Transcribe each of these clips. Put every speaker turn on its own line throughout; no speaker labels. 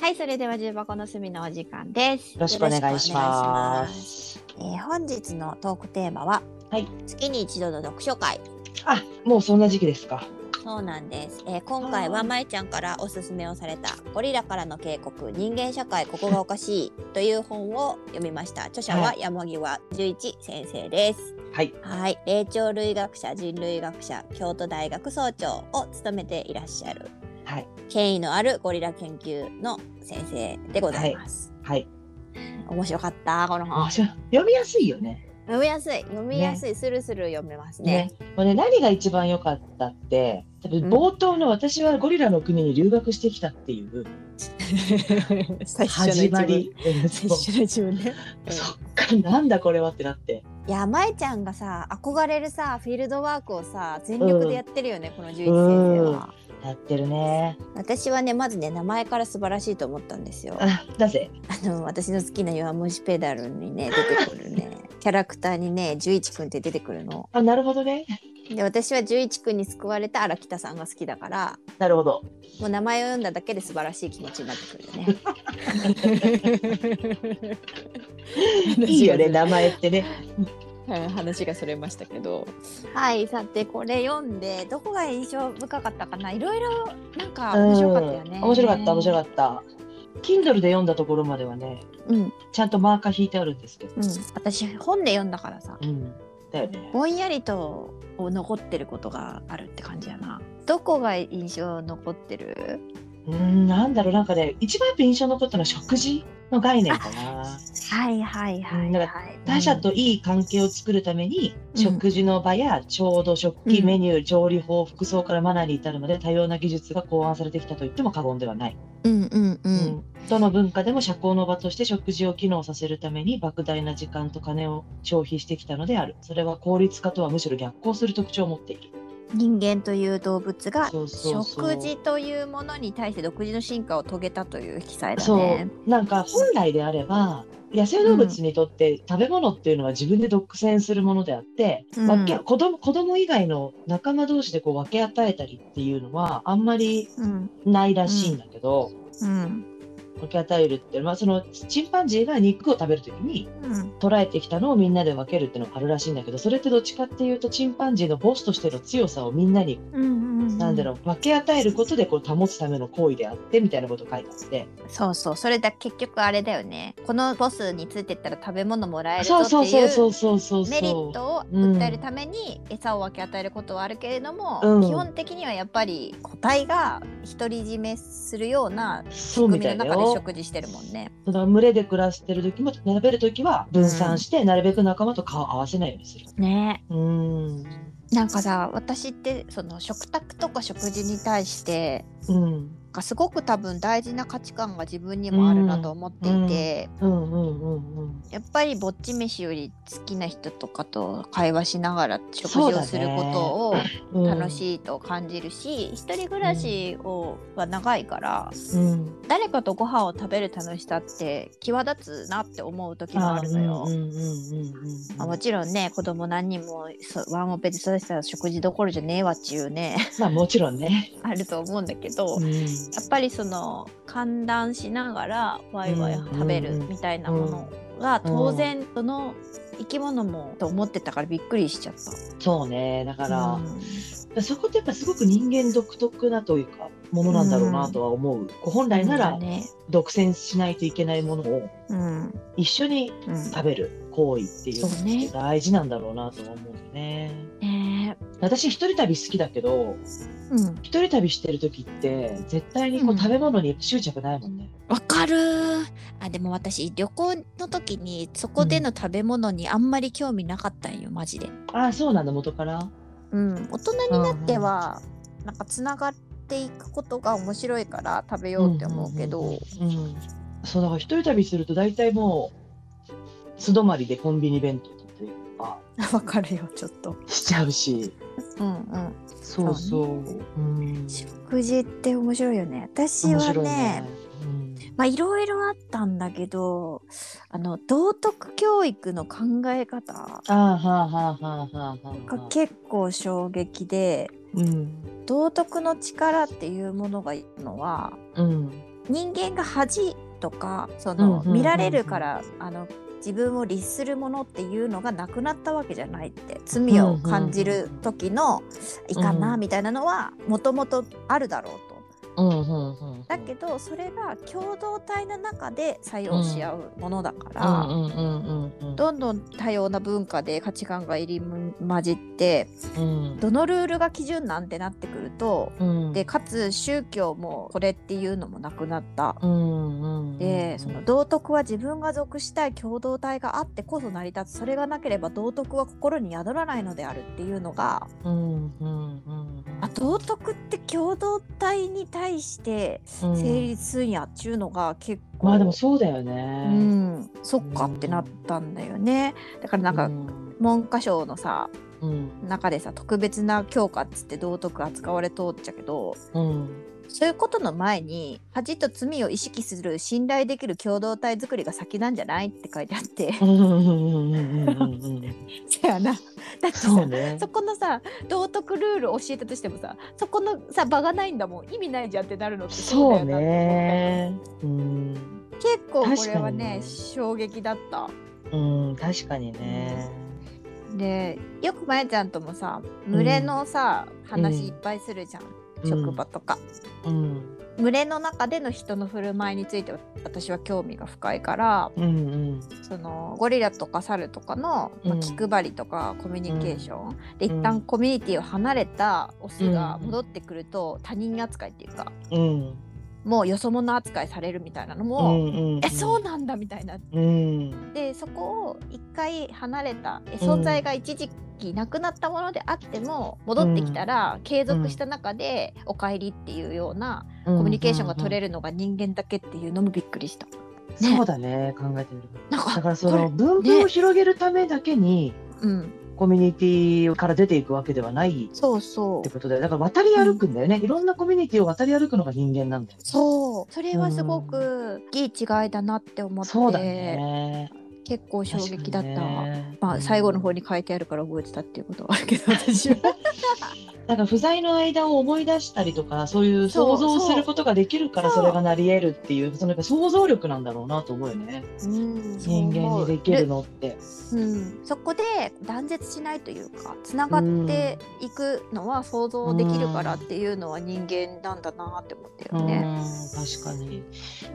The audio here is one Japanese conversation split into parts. はい、それでは重箱の隅のお時間です
よ。ろしくお願いします。
えー本日のトークテーマは、
はい
月に一度の読書会
あ、もうそんな時期ですか。
そうなんです、えー今回は
あー
まいちゃんからおすすめをされた「ゴリラからの警告人間社会ここがおかしい」という本を読みました著者は
は
山際十一先生です
はい。
はい霊長類学者人類学者京都大学総長を務めていらっしゃる
はい。
権威のあるゴリラ研究の先生でございます、
はい。
面白かったこの本
あ、しょ読みやすいよね。
読みやすい読みやすい、スルスル読めますね
ね。これ、ね、何が一番良かったって、多分冒頭の私はゴリラの国に留学してきたっていう
最
始まり。うん
最
そう
初の自分ね。
そっからなんだこれはってなって。
いや、まえちゃんがさ、憧れるさ、フィールドワークをさ、全力でやってるよね、この11先生は。
やってるね。
私はね、まずね、名前から素晴らしいと思ったんですよ。あ
あ、なぜ
の、私の好きな弱虫ペダルにね、出てくるね、 キャラクターにね、11くんって出てくるの。
あ、なるほどね。
で、私は11くんに救われた荒北さんが好きだから、
なるほど。
もう名前を読んだだけで素晴らしい気持ちになってくるよね。
いいよ ね、名前ってね。
はい話がそれましたけどはいさてこれ読んでどこが印象深かったかないろいろなんか面白かったよね、
うん面白かった、面白かった。Kindle で読んだところまではね、
うんうん
ちゃんとマーカー引いてあるんですけど。
私本で読んだからさ
うん。だよね。
ぼんやりと残ってることがあるって感じやなどこが印象残ってる
うーん、なんだろう、なんかね、一番やっぱ印象残ったのは食事の概念かな。
はいはいはい
な
は
ん
い
他者といい関係を作るために、
うん
食事の場や調度、食器、
うん
メニュー、調理法、服装からマナーに至るまで多様な技術が考案されてきたと言っても過言ではない。
うんうんう
うんどの文化でも社交の場として食事を機能させるために莫大な時間と金を消費してきたのである。それは効率化とはむしろ逆行する特徴を持っている。
人間という動物が
そうそうそう
食事というものに対して独自の進化を遂げたという記載だ
そ
ね
うなんか本来であれば野生動物にとって食べ物っていうのは自分で独占するものであって、
うん
分け子供子供以外の仲間同士でこう分け与えたりっていうのはあんまり
うん
ないらしいんだけど、
うん
分け与えるっていうのはそのチンパンジーが肉を食べるときに
うん
捕らえてきたのをみんなで分けるっていうのがあるらしいんだけどそれってどっちかっていうとチンパンジーのボスとしての強さをみんなに、なんだろう分け与えることでこう保つための行為であってみたいなことを書いてあって。
そうそうそれだ結局あれだよねこのボスについてったら食べ物もらえるぞっ
そう
て
そうそう
い
そううそうそうそう
メリットを訴えるために餌を分け与えることはあるけれども、
うん
基本的にはやっぱり個体が独り占めするような
そうみ
組の
たいだ
中で
よ
食事してるもんね。
その群れで暮らしてる時も並べる時は分散して、なるべく仲間と顔を合わせないようにする
ね
うーん
なんかさ私ってその食卓とか食事に対して
うん
なんかすごく多分大事な価値観が自分にもあるなと思っていて。
うんうんうんうん
やっぱりぼっち飯より好きな人とかと会話しながら食事
そうだ
を
ね
すること
うん
を楽しいと感じるし、一人暮らしをは長いから、
うん
誰かとご飯を食べる楽しさって際立つなって思う時があるのよ。
うんうんうんうん
まあもちろんね子供何人もそワンオペで育てたら食事どころじゃねえわっちゅうね
まあもちろんね、
あると思うんだけど、
うん
やっぱりその寒暖しながらワイワイ食べるみたいなものが
うん
当然その生き物もと思ってたからびっくりしちゃった。
そうねだか
う
ら、
ん
そこってやっぱすごく人間独特なというかものなんだろうなとは思う、こう本来な
そ
ら
うだね、
独占しないといけないものを
うん
一緒に
うん
食べる行為っていうのっ
そう
て
ね
大事なんだろうなとは思うよね。
ね
私一人旅好きだけど
うん、
一人旅してる時って絶対にこ
う
うん食べ物に執着ないもんね。
わかるあでも私旅行の時にそこでの食べ物にあんまり興味なかったんよマジで。
ああそうなんだ元から。
うん、大人になっては、なんかつながっていくことが面白いから食べようって思うけど、
うん、そうだから一人旅すると大体もう素泊まりでコンビニ弁当というか
わかるよちょっと。
しちゃうし。
うんうん
そうそう。うん、
食事って面白いよね私はね。
うん
まあいろいろあったんだけどあの道徳教育の考え方
ああはあはあはあはあはあ
が結構衝撃で
うん
道徳の力っていうものがいるのは
うん
人間が恥とかその、
うんうん
見られるからあの自分を律するものっていうのがなくなったわけじゃないって罪を感じる時のいかんなみたいなのはもともとあるだろうと。
うんうんうんうん
だけどそれが共同体の中で作用し合うものだか
う
ら。
んうんうんうん
どんどん多様な文化で価値観が入り混じって
うん
どのルールが基準なんてなってくると
うん
でかつ宗教もこれっていうのもなくなった。
うんうんうん
でその道徳は自分が属したい共同体があってこそ成り立つそれがなければ道徳は心に宿らないのであるっていうのが
うんうんうん
あ道徳って共同体に対して
うん
成立するんやっちゅうのが結構、
まあでもそうだよ
う
ね。
ん、そっかってなったんだよね。だからなん
う
か
ん
文科省のさ
うん
中でさ特別な教科っつって道徳扱われとっちゃけど
うん
そういうことの前に恥と罪を意識する信頼できる共同体作りが先なんじゃないって書いてあって
うんうんうんうんうんうん
そやなだってさ
そう
そ
ね。
このさ道徳ルール教えたとしてもさそこのさ場がないんだもん意味ないじゃんってなるのってだ
そう
よな
ね。うん
結構これはね
確かにね
衝撃だった。
うん確かにね。
でよくまやちゃんともさ群れのさ、話いっぱいするじゃん、職場とか。
うん
群れの中での人の振る舞いについて私は興味が深いから
うんうん
そのゴリラとかサルとかの、ま
う
あ、
ん
気配りとかコミュニケーション、で
うん
一旦コミュニティを離れたオスが
うん
戻ってくると他人扱いっていうか
うん
もうよそ者扱いされるみたいなの
う
も、
んうん。
えそうなんだみたいな。
うん
でそこを一回離れたえ存在が一時期なくなったものであっても戻ってきたら継続した中で「おかえり」っていうようなコミュニケーションが取れ
る。
るのが人間だけっていうのもびっくりした。
そうだね考えてみる。
なん
だ
か、
からその文化を広げるためだけに
うん、
コミュニティから出ていくわけではない。
そうそ
って
う。
ことでだから渡り歩くんだよね、いろんなコミュニティを渡り歩くのが人間なんだよね
そう、それはすごくいい違いだなって思って、
そうだね
結構衝撃だった
確か
わ。
にね
まあ、最後の方
に
に書いてあるから覚えてたっていうことはあるけど、私は。
なんか不在の間を思い出したりとかそういう
そう
想像することができるから
そう
それがなり得るっていうそのやっぱ想像力なんだろうなと思うよね
うん、そう
人間
思
に
う
できるのって
うん、そこで断絶しないというか、つながっていくのは想像できるからっていうのは人間なんだなって思った
う
よ
ん
ね。
確かに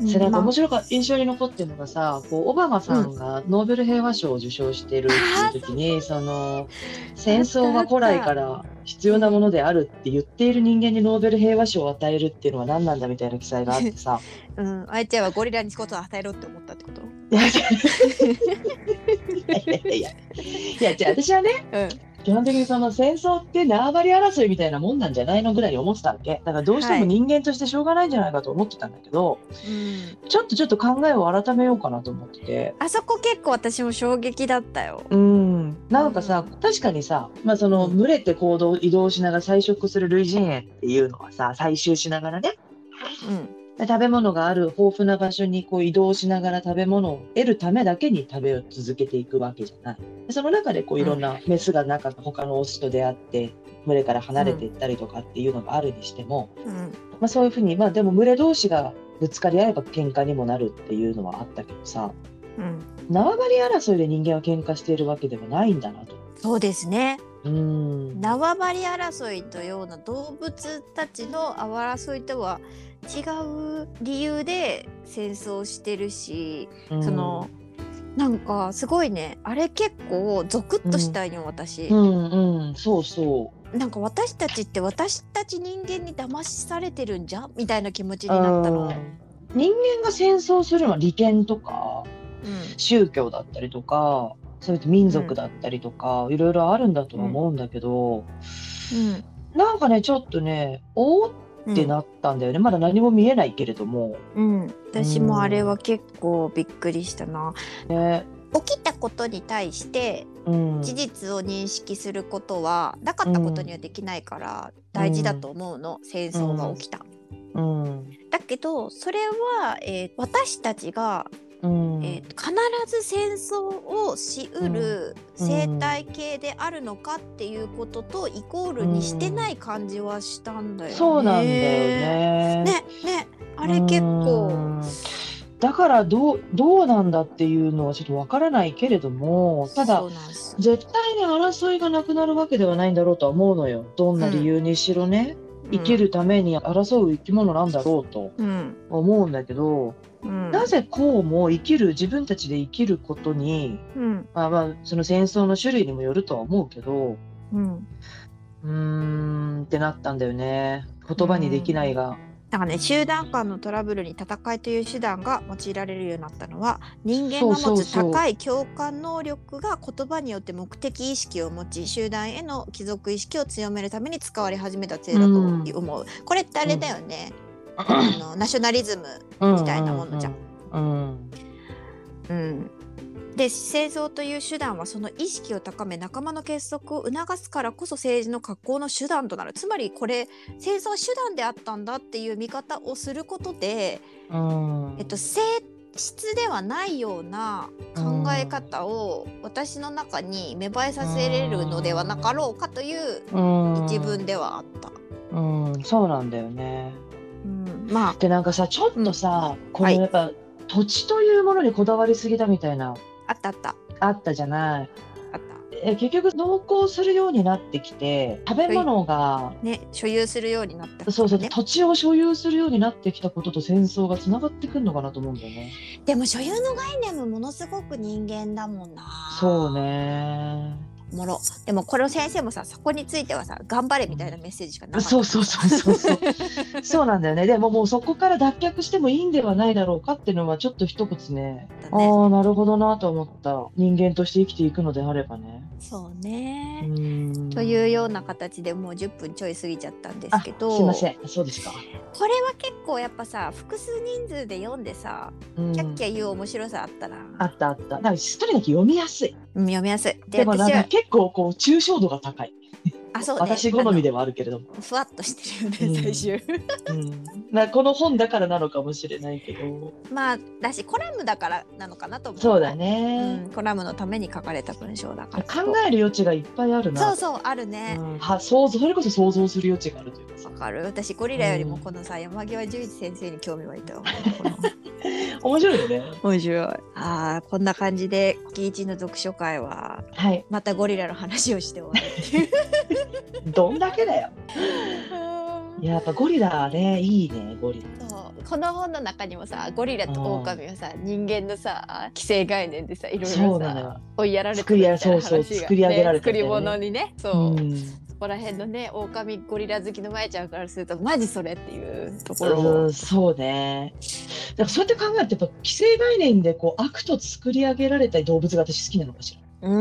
うん
それなんか
まあ
面白か印象に残ってるのがさこうオバマさんがノーベル平和賞を受賞してるっていう時に、その戦争は古来から必要なものであるって言っている人間にノーベル平和賞を与えるっていうのは何なんだみたいな記載があってさ
うん、あやちゃんはゴリラに仕事を与えろって思ったってこと。うん、
いやいやいやいやいやじゃあ私はね基本的にその戦争って縄張り争いみたいなもんなんじゃないのぐらいに思ってたわけだからどうして
は
も
い
人間としてしょうがないんじゃないかと思ってたんだけど、ちょっとちょっと考えを改めようかなと思ってて。
あそこ結構私も衝撃だったよ。
うん、なんかさ、
う
確かにさ、まあ、その群れて行動移動しながら採食する類人猿っていうのはさ採集しながらね
うん、
で食べ物がある豊富な場所にこう移動しながら食べ物を得るためだけに食べを続けていくわけじゃない。でその中でこういろんなメスがなんか他のオスと出会って群れから離れていったりとかっていうのがあるにしても、
うん、
まあ、そういうふうに、まあ、でも群れ同士がぶつかり合えば喧嘩にもなるっていうのはあったけどさ
うん、
縄張り争いで人間は喧嘩しているわけではないんだなと。
そうですね。
うん
縄張り争いというような動物たちの争いとは違う理由で戦争してるし、その。なんかすごいねあれ結構ゾクッとしたいよ私
う、んうんそうそ
なんか私たちって私たち人間に騙されてるんじゃみたいな気持ち
う
になったの、
うん人間が戦争するのは利権とか
う
宗教だったりとかそういう民族だったりとか、いろいろあるんだとは思うんだけど、
ん
なんかねちょっとねおー
うん
ってなったんだよね、まだ何も見えないけれども、
うん、私もあれは結構びっくりしたな、
ね
起きたことに対して
うん、
事実を認識することはなかったことにはできないから大事だと思うの、戦争が起きた。
うん
だけどそれは、えー私たちが、
うん
えー必ず戦争をしうる生態系であるのかっていうこととイコールにしてない感じはしたんだよね。
そうなんだよ
ね
ね。
ねあれ結構
うんだからどうどうなんだっていうのはちょっとわからないけれどもただ
そうなんですよ
絶対に争いがなくなるわけではないんだろうとは思うのよどんな理由にしろね、生きるために争う生き物なんだろうと
うん
思うんだけど、
うん
なぜこうも生きる自分たちで生きることに、
うん
まあ、まあその戦争の種類にもよるとは思うけど
うん
うーんってなったんだよね言葉にできないが。
なんかね集団間のトラブルに戦いという手段が用いられるようになったのは人間が
そう
持
そう
つ
そう
高い共感能力が言葉によって目的意識を持ち集団への帰属意識を強めるために使われ始めたせいだと思う、これってあれだよね、あのナショナリズム、みたいなものじゃん
うん
うん、で製造という手段はその意識を高め仲間の結束を促すからこそ政治の格好の手段となるつまりこれ製造手段であったんだっていう見方をすることで
うん
えっと、性質ではないような考え方を私の中に芽生えさせれるのではなかろうかという
うん
一文ではあった。
うん、そうなんだよね。
うん、まあ
でなんかさちょっとさ、こ
は
の
い
やっぱ、土地というものにこだわりすぎだみたいな
あったあった
あったじゃない。
あった。
え結局農耕するようになってきて食べ物が、
ね所有するようになったからね。
そうそう土地を所有するようになってきたことと戦争がつながってくるのかなと思うんだよね。
でも所有の概念もものすごく人間だもんな。
そうね。
う。もろ。でもこれを先生もさそこについてはさ頑張れみたいなメッセージしかなかった。
そうそうそうそうそう。そうなんだよね。でももうそこから脱却してもいいんではないだろうかっていうのはちょっと一言ね。
だね。
ああなるほどなと思った。人間として生きていくのであればね。
そう
う
ね。
ーん
というような形でもう10分ちょい過ぎちゃったんです
あ
けど。
すいません。そうですか。
これは結構やっぱさ複数人数で読んでさ
うん
キャッキャ言う面白さあったな、
あったあった。なんか一人だけ読みやすい。
うん読みやすいで
でもなん
私
か
は
結構こう抽象度が高い。
あそう、ね、
私好み
で
ではあるけれども。
ふわっとしてるよ
う
ね
ん
最終、
うん、なこの本だからなのかもしれないけど。
まあだしコラムだからなのかなと思う
そうだ
う
ね。
ん、コラムのために書かれた文章だから
考える余地がいっぱいあるな。
そうそうあるね
うんは想像それこそ想像する余地があるというか
わ、
さ
かる私ゴリラよりもこのさ、山際十一先生に興味湧いたわ
面白いよね
面白いあーこんな感じで「ギーチの読書会」は
はい
またゴリラの話をして 終わるっていう
どんだけだよいややっぱゴリラねいいねゴリラ
そうこの本の中にもさゴリラとオオカミはさ人間のさ既成概念でさいろい
そう
ろ
なの
さ
よ
追いやられて
作
る
り
みた
や
いな話が、ね、
そうそう作り上げられて
作
る
り
んだよね
物にねそう、
うん
そこら辺のねオオカミゴリラ好きのまえちゃんからするとマジそれっていうところ
う
を
んそうねだからそうやって考えるとやっぱ既成概念でこう悪と作り上げられた動物が私好きなのかしら
う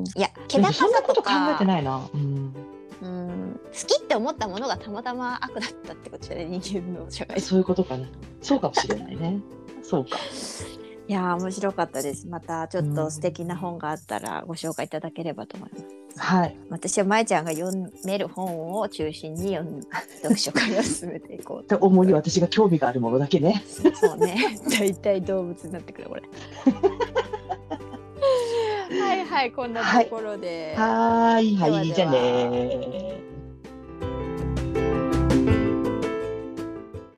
んいや気
でも
高
そんな
さ
ことと考え
か
てないな、うん、
うん、好きって思ったものがたまたま悪だったってことじゃない人間の社会
そういうことかなそうかもしれないね そうか
いやー面白かったですまたちょっと素敵な本があったらご紹介いただければと思います
はい
私はまえちゃんが読める本を中心に読ん読書会を進めていこう
で主に私が興味があるものだけね
とそうね 大体動物になってくるこれ はいはいこんなところで、
はーい
ではで
は
はい
じゃあねー